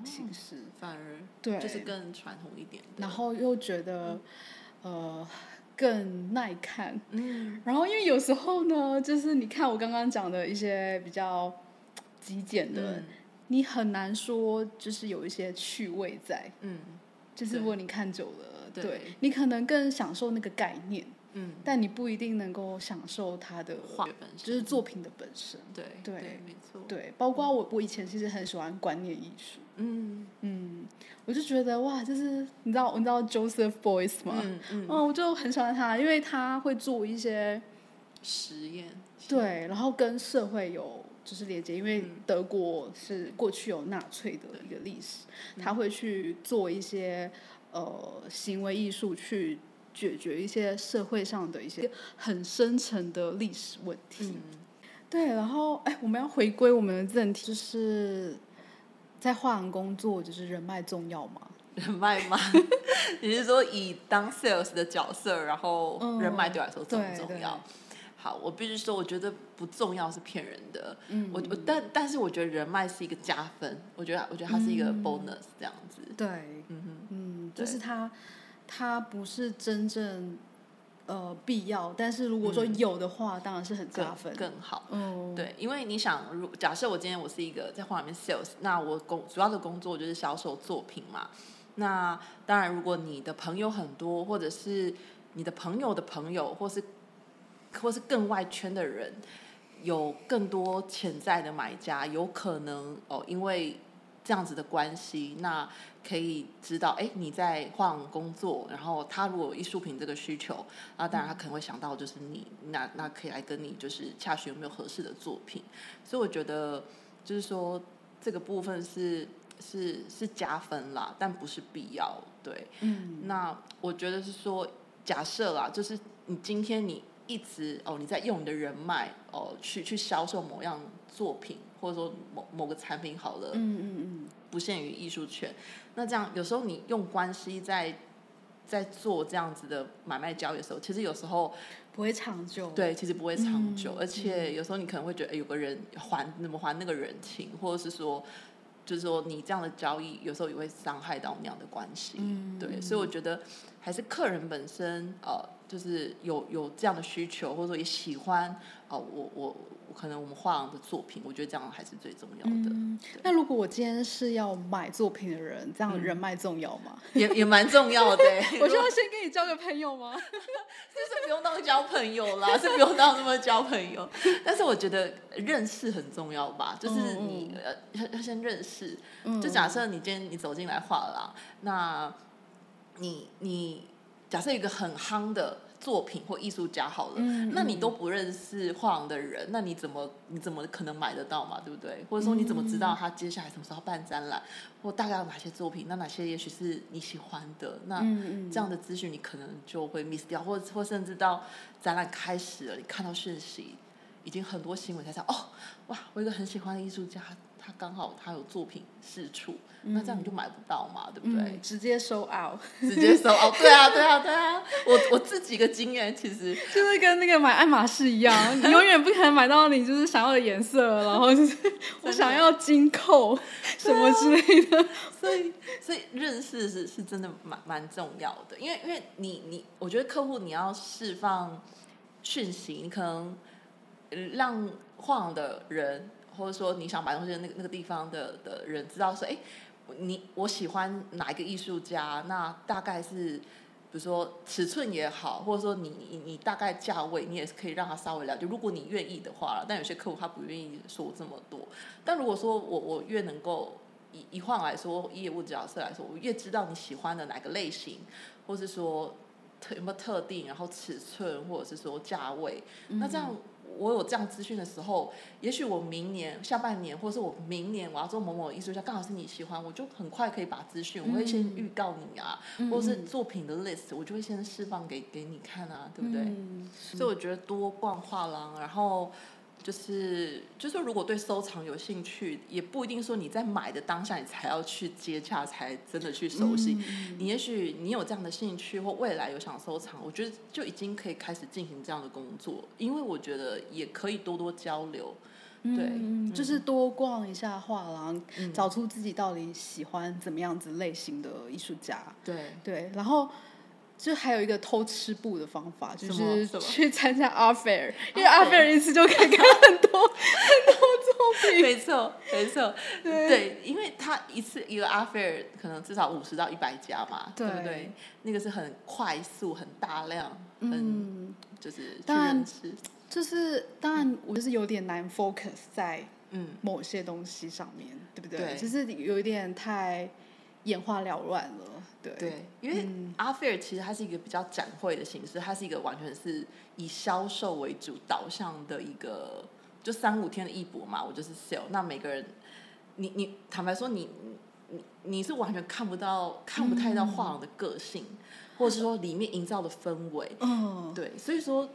形式，
反而
哦对，
哦就是更传统一点的。
然后又觉得呃更耐看。
嗯，
然后因为有时候呢，就是你看我刚刚讲的一些比较极简的，
嗯
你很难说就是有一些趣味在。
嗯
就是如果你看久了，
对
你可能更享受那个概念，
嗯，
但你不一定能够享受它的
画本身
就是作品的本身。
对
对
没错，
对，包括我，我以前其实很喜欢观念艺术，
嗯
嗯，我就觉得哇，就是你知道，你知道 Joseph Beuys 吗？
嗯嗯，
嗯，我就很喜欢他，因为他会做一些
实验，
对，然后跟社会有就是连接，因为德国是过去有纳粹的一个历史，他会去做一些呃行为艺术去解决一些社会上的一些很深层的历史问题。
嗯
对，然后哎，我们要回归我们的正题，就是在画廊工作，就是人脉重要吗？
(laughs) 人脉
(laughs)
吗？你是说以当 sales 的角色，然后
嗯
人脉对我来说重不
对
重
对
要？好，我必须说，我觉得不重要是骗人的。
嗯
我我但但是我觉得人脉是一个加分，我觉得我觉得它是一个
嗯
bonus 这样子。
对，
嗯哼，
嗯，
对
就是它，它不是真正呃必要，但是如果说
嗯
有的话，当然是很加
更
分。
更好。
嗯，
对，因为你想，如假设我今天我是一个在画里面 sales，那我工主要的工作就是销售作品嘛。那当然，如果你的朋友很多，或者是你的朋友的朋友，或是或是更外圈的人，有更多潜在的买家，有可能哦，因为这样子的关系，那可以知道，哎，你在画廊工作，然后他如果有艺术品这个需求，那啊当然他可能会想到就是你，那那可以来跟你就是洽询有没有合适的作品，所以我觉得就是说这个部分是是是加分啦，但不是必要，对，
嗯，
那我觉得是说，假设啦，就是你今天你一直哦，你在用你的人脉哦，去去销售某样作品，或者说某某个产品好了，
嗯嗯
不限于艺术圈。那这样有时候你用关系在在做这样子的买卖交易的时候，其实有时候
嗯，不会长久。，
对，其实不会长久，
嗯
而且有时候你可能会觉得，哎，有个人还怎么还那个人情，或者是说，就是说你这样的交易有时候也会伤害到那样的关系。
嗯
对，所以我觉得还是客人本身呃，就是有有这样的需求，或者说也喜欢哦、呃我我我可能我们画廊的作品，我觉得这样还是最重要的，
嗯，那如果我今天是要买作品的人，这
嗯
样人脉重要
(laughs)
吗？
也也蛮重要的、欸
(laughs) 我需要先跟你交个朋友
(laughs)
吗？
就是不用到交朋友啦，是不用到那么交朋友。但是我觉得认识很重要吧，就是
嗯
你呃要要先认识。
嗯
就假设你今天你走进来画廊，那你你假设有一个很夯的作品或艺术家好了，
嗯
那你都不认识画廊的人，那你怎么你怎么可能买得到嘛？对不对？或者说你怎么知
嗯
道他接下来什么时候办展览，或大概有哪些作品？那哪些也许是你喜欢的？那
嗯嗯
这样的资讯你可能就会 miss 掉，或或甚至到展览开始了，你看到讯息，已经很多新闻才知道哦，哇，我有一个很喜欢的艺术家，他刚好他有作品试出，那这样你就买不到嘛，对不对
嗯，？直接收
(laughs)
out，
直接搜哦，对啊，对啊，对啊，我我自己的经验其实
就是跟那个买爱马仕一样，你永远不可能买到你就是想要的颜色，然后就是 (laughs) 我想要金扣什么之类的。
(laughs) 所以所以认识是是真的蛮蛮重要的，因为因为你你，我觉得客户你要释放讯息，你可能呃让画廊的人，或者说你想买东西的那个那个地方的的人知道说，哎，你我喜欢哪一个艺术家，那大概是。比如说尺寸也好，或者说你你你大概价位，你也是可以让他稍微了解，如果你愿意的话啦但有些客户他不愿意说这么多，但如果说我我越能够以以换来说，以业务角色来说，我越知道你喜欢的哪个类型，或是说特有没有特定，然后尺寸或者是说价位，那这样我有这样资讯的时候，也许我明年下半年，或是我明年我要做某某艺术家，刚好是你喜欢，我就很快可以把资讯，我会先预告你啊，
嗯
或是作品的 list，我就会先释放给给你看啊，对不对？
嗯
所以我觉得多逛画廊，然后就是就是如果对收藏有兴趣，也不一定说你在买的当下你才要去接洽，才真的去熟悉。你也许你有这样的兴趣，或未来有想收藏，我觉得就已经可以开始进行这样的工作，因为我觉得也可以多多交流。对嗯
嗯就是多逛一下画廊，找出自己到底喜欢怎么样子类型的艺术家。
对，
对，然后就还有一个偷吃布的方法，就
什么
是
什么
去参加阿菲尔，因为阿
Art
菲尔一次就可以看
(laughs)
很多很多作 (laughs) 品。
没错，没错，
对
因为他一次一个阿菲尔可能至少五十到一百家嘛，对不
对
对？那个是很快速、很大量、很、
嗯，
就是去
当然
认知，
就是当然，我就是有点难 focus 在
嗯，
某些东西上面，对不对？
对
就是有一点太眼花缭乱了。对，嗯
对，因为阿菲尔其实它是一个比较展会的形式，它是一个完全是以销售为主导向的一个，就三五天的艺博嘛，我就是 sale，那每个人，你你坦白说你。你你你是完全看不到、看不
嗯
太到画廊的个性，或者是说里面营造的氛围，
嗯， (laughs)
对，所以说，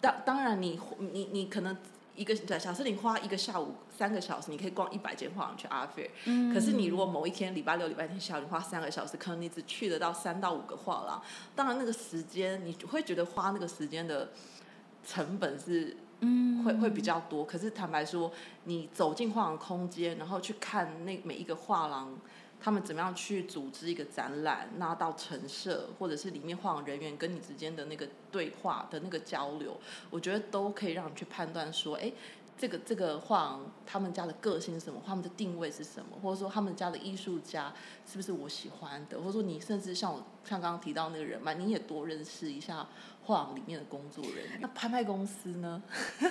当当然你你你可能一个假假设你花一个下午三个小时，你可以逛一百间画廊去阿菲尔。
嗯
可是你如果某一天礼拜六、礼拜天下午你花三个小时，可能你只去得到三到五个画廊。当然那个时间你会觉得花那个时间的成本是
嗯，
会会比较多。可是坦白说，你走进画廊空间，然后去看那每一个画廊。他们怎么样去组织一个展览，那到陈设，或者是里面画廊人员跟你之间的那个对话的那个交流，我觉得都可以让你去判断说，哎，这个这个画廊他们家的个性是什么，他们的定位是什么，或者说他们家的艺术家是不是我喜欢的，或者说你甚至像我像刚刚提到那个人脉，你也多认识一下画廊里面的工作人员。那拍卖公司呢？ (laughs)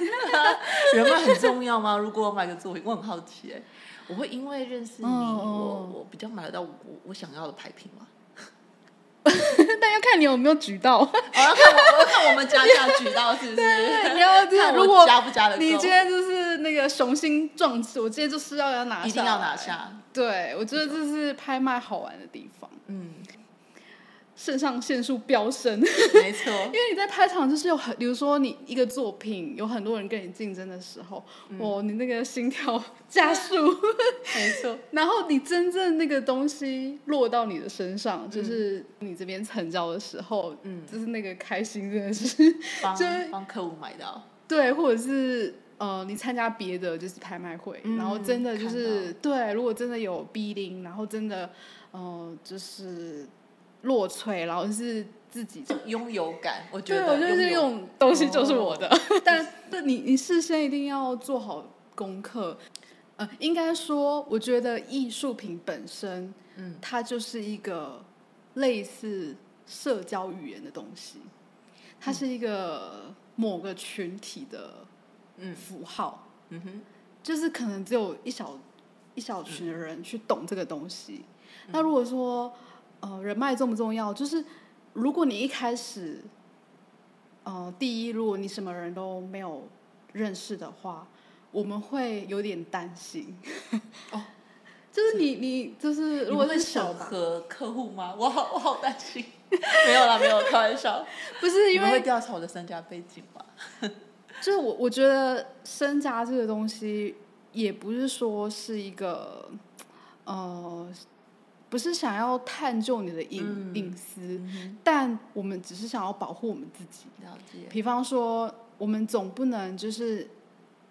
人脉很重要吗？如果我买个作品，我很好奇哎、我会因为认识你，
嗯嗯
我
嗯
我比较买得到我我想要的牌品吗？
但要看你有没有举到。
我哦要看我我要看我们加价举到是不
(laughs)
是？
你要就
看
是
我
如果
加不加得够
你今天就是那个雄心壮志，我今天就是要要拿下，
一定要拿。下。
对，我觉得这是拍卖好玩的地方，
嗯，
肾上腺素飙升，
哦
(laughs) 因
没错。
为你在拍场就是有很，比如说你一个作品有很多人跟你竞争的时候，
嗯
哦，你那个心
(laughs)
跳加速，
(laughs) 没错，
然后你真正那个东西落到你的身上，就是你这边成交的时候，
嗯
就是那个开心真的是，
帮
就是
帮客户买到，
对，或者是呃，你参加别的就是拍卖会，然后
嗯
真的就
看
是对，如果真的有 B 零，然后真的呃就是落锤，然后是自己。
拥有感，我觉
对，
得
我就是
拥有哦
用东西就是我的， (laughs) 但但你你事先一定要做好功课。呃，应该说，我觉得艺术品本身，
嗯，
它就是一个类似社交语言的东西，它是一个某个群体的
嗯
符号，
嗯哼，
就是可能只有一小一
嗯
小群的人去懂这个东西。那如果说呃人脉重不重要，就是如果你一开始，呃，第一，如果你什么人都没有认识的话，我们会有点担心。
哦，
(laughs) 就是你你就是如
你
果
们
是
会
小
审
吧，
核客户吗？我好我好担心， (laughs) 没有啦，没有开玩笑，
不是
你
因
们
为
会调查我的身家背景吗？
就是我我觉得身家这个东西，也不是说是一个，呃，不是想要探究你的隐、
嗯
隐私，
嗯
但我们只是想要保护我们自己。
哼，了解，
比方说，我们总不能就是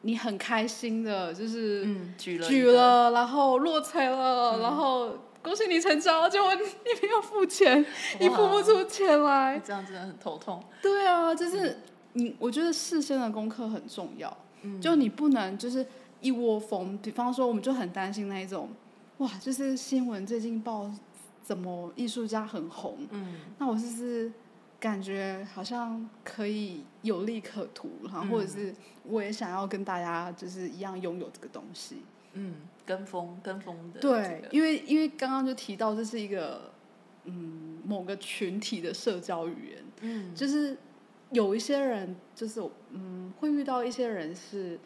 你很开心的，就是
嗯，举了
举
一个，嗯
了，然后落锤了，然后恭喜你成交，结果你你没有付钱，你付不出钱来，
这样真的很头痛，
对啊，就是你，我觉得事先的功课很重要。
嗯
就你不能就是一窝蜂，比方说，我们就很担心那一种，哇，就是新闻最近报怎么艺术家很红，
嗯，
那我是不是感觉好像可以有利可图，然后或者是我也想要跟大家就是一样拥有这个东西。
嗯，跟风跟风的，
对，，因为因为刚刚就提到这是一个嗯某个群体的社交语言，
嗯，
就是有一些人就是嗯，会遇到一些人是，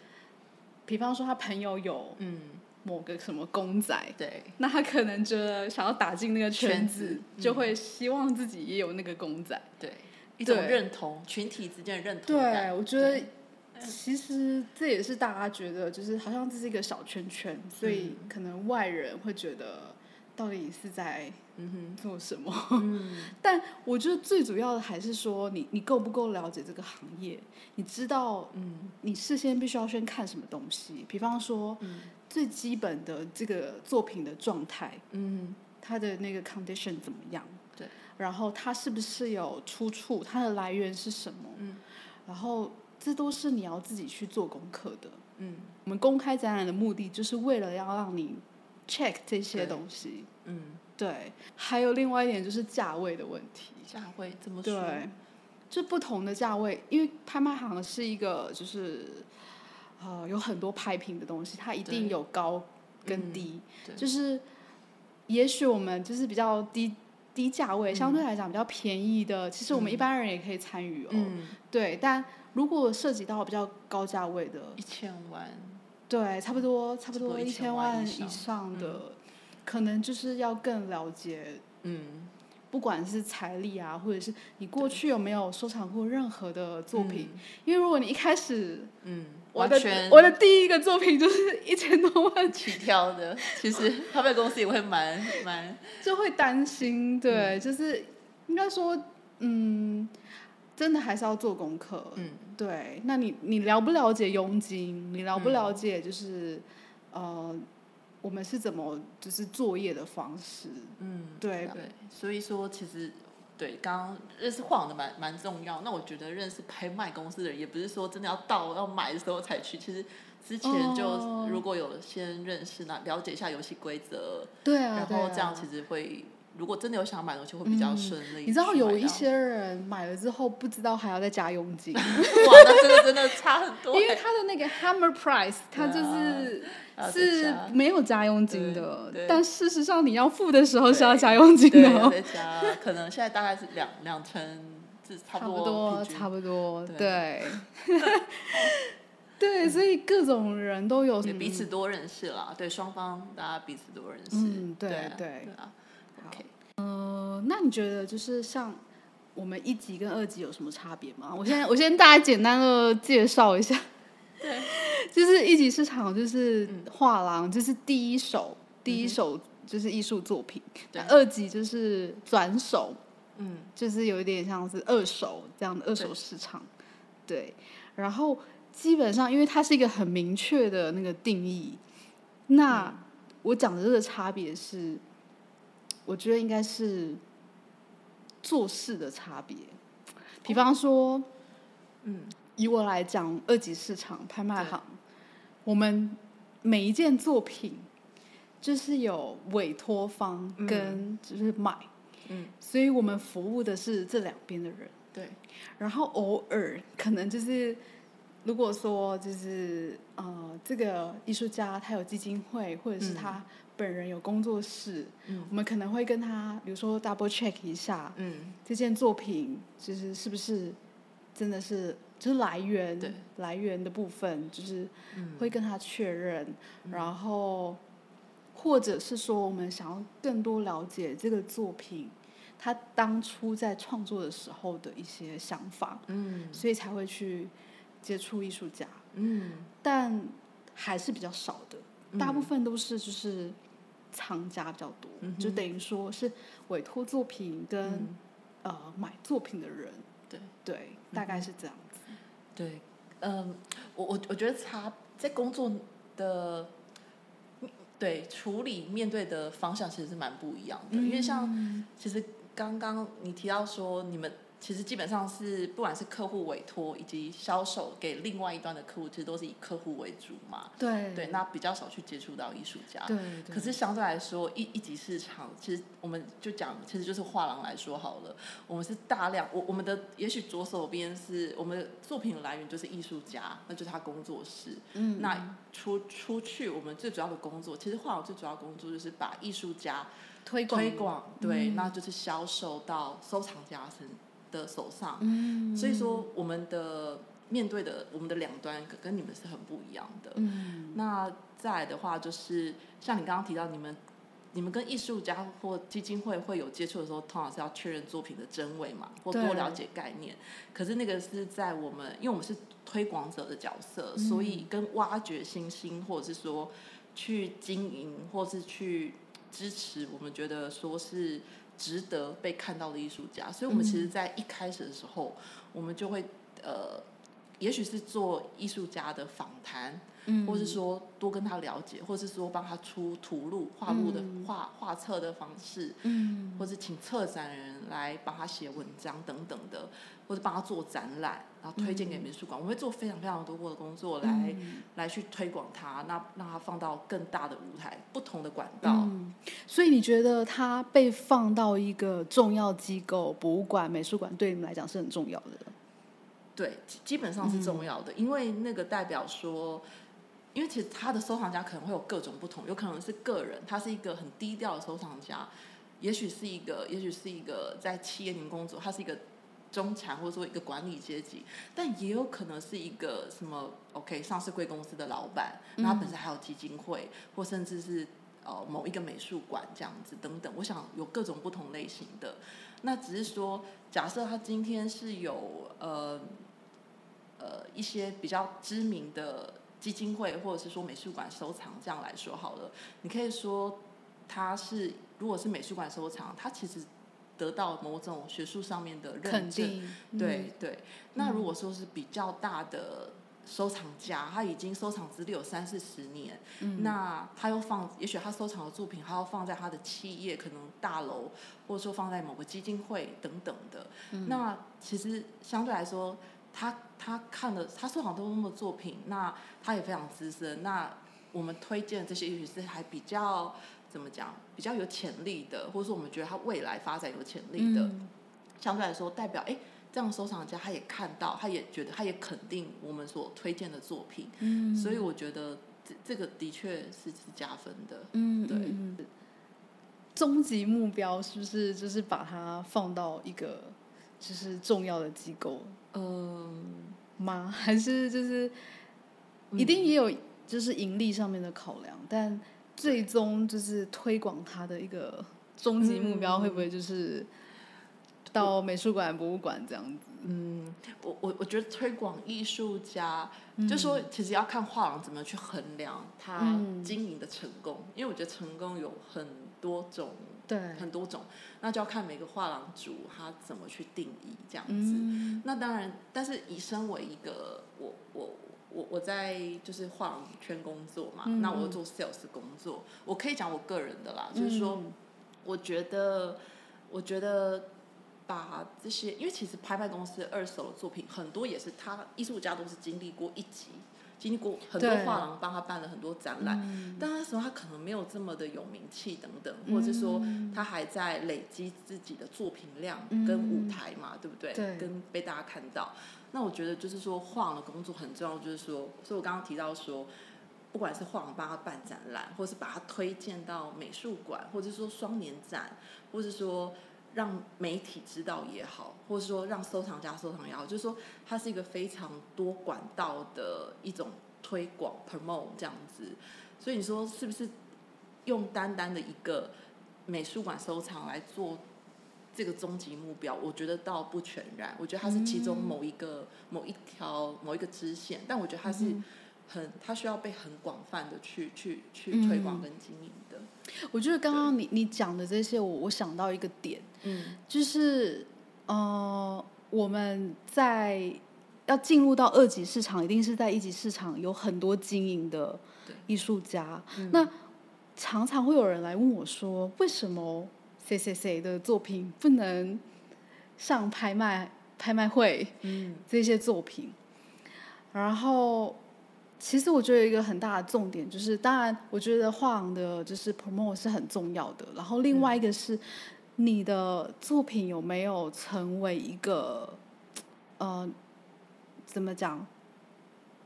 比方说他朋友有
嗯，
某个什么公仔，
对，
那他可能觉得想要打进那个圈
圈
子，
子嗯
就会希望自己也有那个公仔。
对，一种
对
认同，群体之间的认同感。
对，我觉得
对
其实这也是大家觉得就是好像这是一个小圈圈，所以
嗯
可能外人会觉得到底是在
(laughs) 嗯
做什么。 (laughs)
哼，嗯，
但我觉得最主要的还是说你你够不够了解这个行业，你知道
嗯
你事先必须要先看什么东西，比方说
嗯
最基本的这个作品的状态，
嗯，
它的那个 condition 怎么样？
对。
然后它是不是有出处？它的来源是什么？
嗯。
然后这都是你要自己去做功课的。
嗯
我们公开展览的目的就是为了要让你 check 这些
对
东西。
嗯，
对。还有另外一点就是价位的问题。
价位怎么说？
对。就不同的价位，因为拍卖行是一个就是，呃，有很多拍品的东西，它一定
对
有高跟
嗯
低。
对
就是也许我们就是比较低低价位，
嗯
相对来讲比较便宜的，其实我们一般人也可以参与哦。
嗯，
对，但如果涉及到比较高价位的，
一千万，
对，差不多差不
差
多
不多
一
1000
千万
万
以
以
上
嗯
的，可能就是要更了解。
嗯，
不管是财力啊，或者是你过去有没有收藏过任何的作品，因为如果你一开始
呃嗯，嗯，
我
完
的
全
我的第一个作品就是一千多万， (laughs)
起跳的，其实拍卖公司也会蛮蛮，
就会担心，
嗯
对，就是应该说，嗯，真的还是要做功课，
嗯
对。那你你了不了解佣金？你
嗯
了不了解就是、呃，我们是怎么就是作业的方式？
嗯，
对
对，所以说其实。对，刚刚认识晃的蛮蛮重要。那我觉得认识拍卖公司的人，也不是说真的要到要买的时候才去。其实之前就
哦
如果有先认识，那了解一下游戏规则，
对啊，
然
对
后
啊
这样其实会，如果真的有想买东西，会比较
嗯
顺利去买到。啊
你知道有一些人买了之后不知道还要再加佣金，
(laughs) 哇，那真的真的差 (laughs) 很
因
多
为
欸，
他的那个 hammer price，他
啊
就是、
还有
是
啊再加
没有加佣金的
对，对
但事实上你要付的时候是要
对
加佣金的
对，
哦 (laughs)
要。再加，可能现在大概是两两成，至差
差
不
不多，
平均
差不多，
对嗯
对，
(laughs)
对，所以各种人都有
对
嗯
彼此多认识啦，对双方大家彼此多认识，
嗯对
对啊
对
啊
好
，OK，
呃，那你觉得就是像我们一级跟二级有什么差别吗？我先我先大家简单的介绍一下，
对，
(laughs) 就是一级市场就是
嗯
画廊，就是第一手第一
嗯哼
手就是艺术作品，那
对
二级就是转手，
嗯，
就是有一点像是二手这样的二手市场，对。然后基本上，因为它是一个很明确的那个定义，那我讲的这个差别是，我觉得应该是做事的差别。比方说，
嗯，
以我来讲，二级市场拍卖行，我们每一件作品就是有委托方
嗯
跟就是买。
嗯，
所以我们服务的是这两边的人，
对，
然后偶尔可能就是，如果说就是呃，这个艺术家他有基金会，或者是
嗯
他本人有工作室，
嗯
我们可能会跟他，比如说 double check 一下
嗯，
这件作品，就是是不是真的是就是来源
对
来源的部分，就是
嗯
会跟他确认，然后或者是说我们想要更多了解这个作品，他当初在创作的时候的一些想法，
嗯
所以才会去接触艺术家，
嗯，
但还是比较少的，
嗯
大部分都是就是藏家比较多，
嗯哼
就等于说是委托作品跟、
嗯
呃买作品的人，
对嗯
对，大概是这样子，
对，嗯，我我我觉得差在工作的。对处理面对的方向其实是蛮不一样的，因为像
嗯
其实刚刚你提到说，你们其实基本上是不管是客户委托以及销售给另外一端的客户，其实都是以客户为主嘛。
对
对，那比较少去接触到艺术家。
对，对
可是相对来说，一一级市场，其实我们就讲，其实就是画廊来说好了，我们是大量，我我们的也许左手边是我们的作品来源就是艺术家，那就是他工作室。
嗯
那出出去，我们最主要的工作，其实画廊最主要的工作就是把艺术家
推嗯
推广，对，那就是销售到收藏家身的手上，
嗯
所以说我们的面对的我们的两端跟跟你们是很不一样的。
嗯
那再来的话，就是像你刚刚提到，你们你们跟艺术家或基金会会有接触的时候，通常是要确认作品的真伪嘛，或
对
多了解概念。可是那个是在我们，因为我们是推广者的角
嗯
色，所以跟挖掘新星，或者是说去经营，或是去支持，我们觉得说是。值得被看到的艺术家，所以我们
嗯
其实，在一开始的时候，我们就会呃，也许是做艺术家的访谈，
嗯
或是说多跟他了解，或是说帮他出图录、画路的
嗯
画画册的方式，
嗯
或是请策展人来帮他写文章等等的，或者帮他做展览，然后推荐给美术
嗯
馆。我们会做非常非常多的工作来、来去推广它，那让它放到更大的舞台、不同的管道。
嗯，所以你觉得它被放到一个重要机构、博物馆、美术馆，对你们来讲是很重要的。
对，基基本上是重要的，因为那个代表说，因为其实他的收藏家可能会有各种不同，有可能是个人，他是一个很低调的收藏家，也许是一个，也许是一个在企业里面工作，他是一个中产或者说一个管理阶级，但也有可能是一个什么 OK 上市贵公司的老板，那他本身还有基金会，或甚至是呃某一个美术馆这样子等等，我想有各种不同类型的。那只是说，假设他今天是有呃呃一些比较知名的基金会或者是说美术馆收藏这样来说好了，你可以说它是如果是美术馆收藏，它其实得到某种学术上面的认
肯
证，
定，
对对，那如果说是比较大的收藏家，他已经收藏资料有三四十年，那他又放，也许他收藏的作品，他要放在他的企业可能大楼，或者说放在某个基金会等等的。那其实相对来说，他他看了他收藏多么的作品，那他也非常资深。那我们推荐的这些，也许是还比较怎么讲，比较有潜力的，或者说我们觉得他未来发展有潜力的。
嗯
相对来说代表哎，诶这样收藏家他也看到，他也觉得，他也肯定我们所推荐的作品，
嗯
所以我觉得这这个的确是是加分的。
嗯，
对
嗯嗯终极目标是不是就是把它放到一个就是重要的机构呃
嗯，
吗？ (laughs) 还是就是一定也有就是盈利上面的考量，但最终就是推广它的一个终极目标会不会就是到美术馆、博物馆这样子？
我我我觉得推广艺术家，就说其实要看画廊怎么去衡量他
嗯
经营的成功，因为我觉得成功有很多种，
对，
很多种，那就要看每个画廊主他怎么去定义这样子。
嗯
那当然，但是以身为一个我我我我在就是画廊圈工作嘛，
嗯
那我又做 sales 工作，我可以讲我个人的啦，就是
嗯
说，我觉得我觉得把这些，因为其实拍卖公司二手的作品很多也是他艺术家都是经历过一集，经历过很多
对
画廊帮他办了很多展览，
嗯
但那时候他可能没有这么的有名气等等，或者是说
嗯
他还在累积自己的作品量
嗯
跟舞台嘛，对不对？
对
跟被大家看到。那我觉得就是说，画廊的工作很重要，就是说，所以我刚刚提到说，不管是画廊帮他办展览，或是把他推荐到美术馆，或者是说双年展，或是说让媒体知道也好，或是说让收藏家收藏也好，就是说它是一个非常多管道的一种推广 promote 这样子。所以你说是不是用单单的一个美术馆收藏来做这个终极目标？我觉得倒不全然，我觉得它是其中某一个、
嗯
某一条、某一个支线，但我觉得它是很，它需要被很广泛的去去
嗯
去推广跟经营的。
我觉得刚刚你你讲的这些，我我想到一个点，
嗯
就是呃，我们在要进入到二级市场，一定是在一级市场有很多经营的
对
艺术家。
嗯
那常常会有人来问我说，为什么谁谁谁的作品不能上拍卖拍卖会
嗯
这些作品？然后。其实我觉得有一个很大的重点就是，当然，我觉得画廊的就是 promote 是很重要的。然后另外一个是，你的作品有没有成为一个，呃，怎么讲？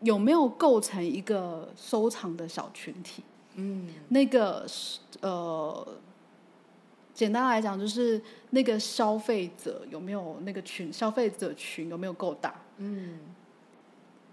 有没有构成一个收藏的小群体？
嗯
那个是呃，简单来讲，就是那个消费者有没有那个群，消费者群有没有够大？
嗯，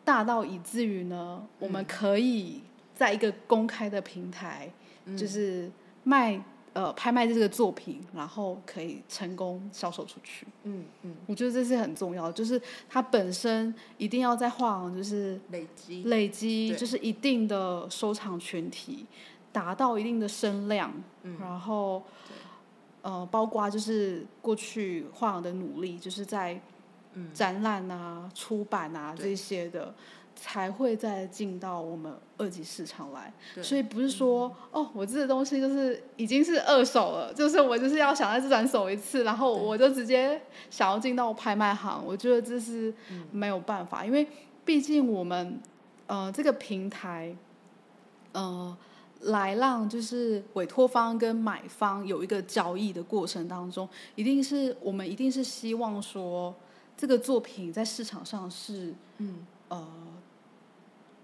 大到以至于呢，我们可以在一个公开的平台，
嗯
就是卖呃拍卖这个作品，然后可以成功销售出去。
嗯嗯，
我觉得这是很重要的，就是它本身一定要在画廊就是
累积，
累积，
对
就是一定的收藏群体，达到一定的声量，
嗯
然后
对
呃，包括就是过去画廊的努力，就是在
嗯
展览啊、出版啊
对
这些的，才会再进到我们二级市场来。
对嗯
所以不是说、哦，我这个东西就是已经是二手了，就是我就是要想再自转手一次，然后
对
我就直接想要进到拍卖行。我觉得这是
嗯
没有办法，因为毕竟我们呃这个平台，呃。来让就是委托方跟买方有一个交易的过程当中，一定是我们一定是希望说这个作品在市场上是
嗯
呃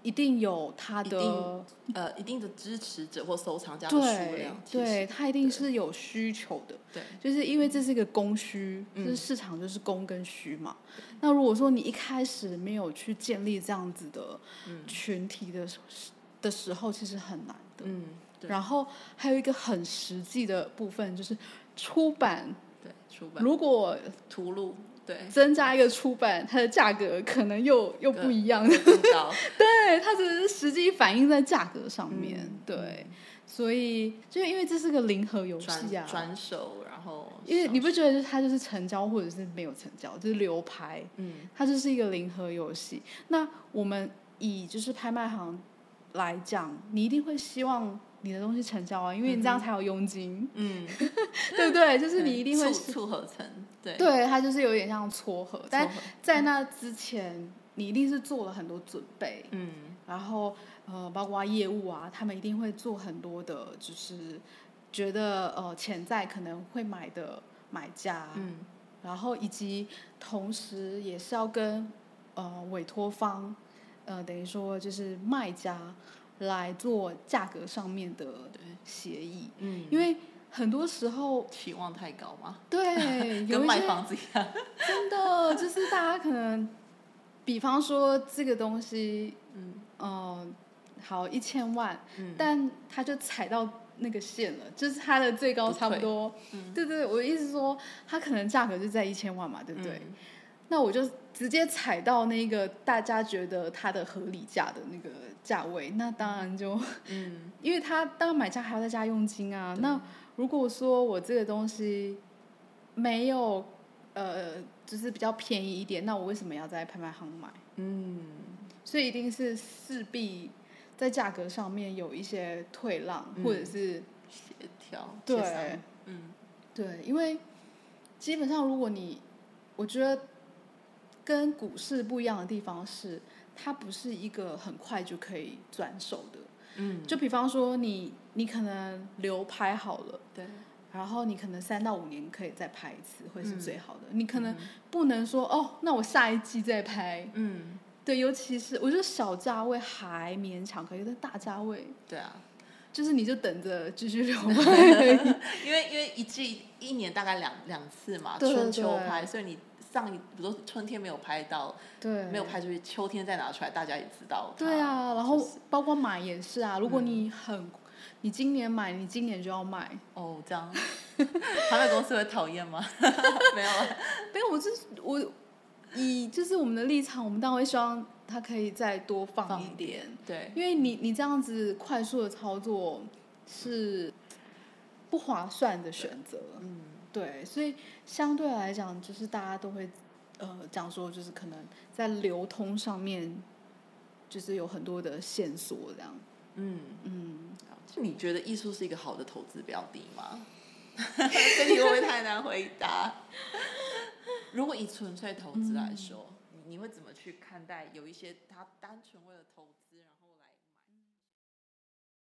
一定有它
一
的
定呃一定的支持者或收藏家的数
对
量，其实
对，它一定是有需求的，
对
就是因为这是一个供需，就
嗯
是市场就是供跟需嘛。那如果说你一开始没有去建立这样子的
嗯
群体的时的时候，其实很难的。
嗯对
然后还有一个很实际的部分就是出版，
对出版
如果
图录对
增加一个出版，它的价格可能又又不一样。
更高
对，它只是实际反映在价格上面。
嗯
对，所以就因为这是个零和游戏
转
啊，
转手，然后
因为
上
你不觉得就是它就是成交或者是没有成交，就是流拍，
嗯
它就是一个零和游戏。那我们以就是拍卖行来讲，你一定会希望你的东西成交啊，因为你这样才有佣金， (laughs)
嗯，
对不对？就是你
对
一定会
促促合成对嗯
对它就是有点像撮合，但
撮合
在那之前，你一定是做了很多准备，
嗯
然后呃，包括业务啊，他们一定会做很多的，就是觉得呃潜在可能会买的买家，
嗯
然后以及同时也是要跟呃委托方，呃等于说就是卖家来做价格上面的
对
协议，
嗯，
因为很多时候
期望太高嘛， (laughs)
对有
跟
一
卖
些
房子一样，
真的就是大家可能，比方说这个东西，
嗯
呃，好一千万，
嗯
但他就踩到那个线了，就是它的最高
不退
差不多。
嗯
对对，我的意思说，它可能价格就在一千万嘛，对不对？那我就直接踩到那个大家觉得它的合理价的那个价位，那当然就
嗯
因为他当然买家还要再加佣金啊。那如果说我这个东西没有呃，就是比较便宜一点，那我为什么要在拍卖行买？
嗯
所以一定是势必在价格上面有一些退让，
嗯哦
或者是
协调
对
协商嗯
对，因为基本上如果你，我觉得跟股市不一样的地方是，它不是一个很快就可以转手的。
嗯
就比方说你，你可能流拍好了。
对
然后你可能三到五年可以再拍一次，会是
嗯
最好的。你可能不能说哦，那我下一季再拍。
嗯
对，尤其是我觉得小价位还勉强可以，但大价位
对啊，
就是你就等着继续流
(laughs)
拍。
因为因为一季一年大概两两次嘛，
对对
春秋
对
拍，所以你上一比如说春天没有拍到，
对，
没有。拍出去，秋天再拿出来，大家也知道。
对，啊，然后
就是
包括买也是啊，如果你很，你今年买，你今年就要卖。
哦，这样， (laughs) 拍卖公司会讨厌吗？ (laughs) 没有啊，
(laughs) 没有，我就是我以就是我们的立场，我们当然会希望它可以再多放
放
一
一
点。
对，
因为你你这样子快速的操作是不划算的选择，
嗯
对，所以相对来讲，就是大家都会呃讲说，就是可能在流通上面，就是有很多的线索这样，
嗯，
嗯，
了解你觉得艺术是一个好的投资标的吗？ (laughs) 这题会不会太难回答？如
嗯
果以纯粹投资来说，你你会怎么去看待有一些他单纯为了投资？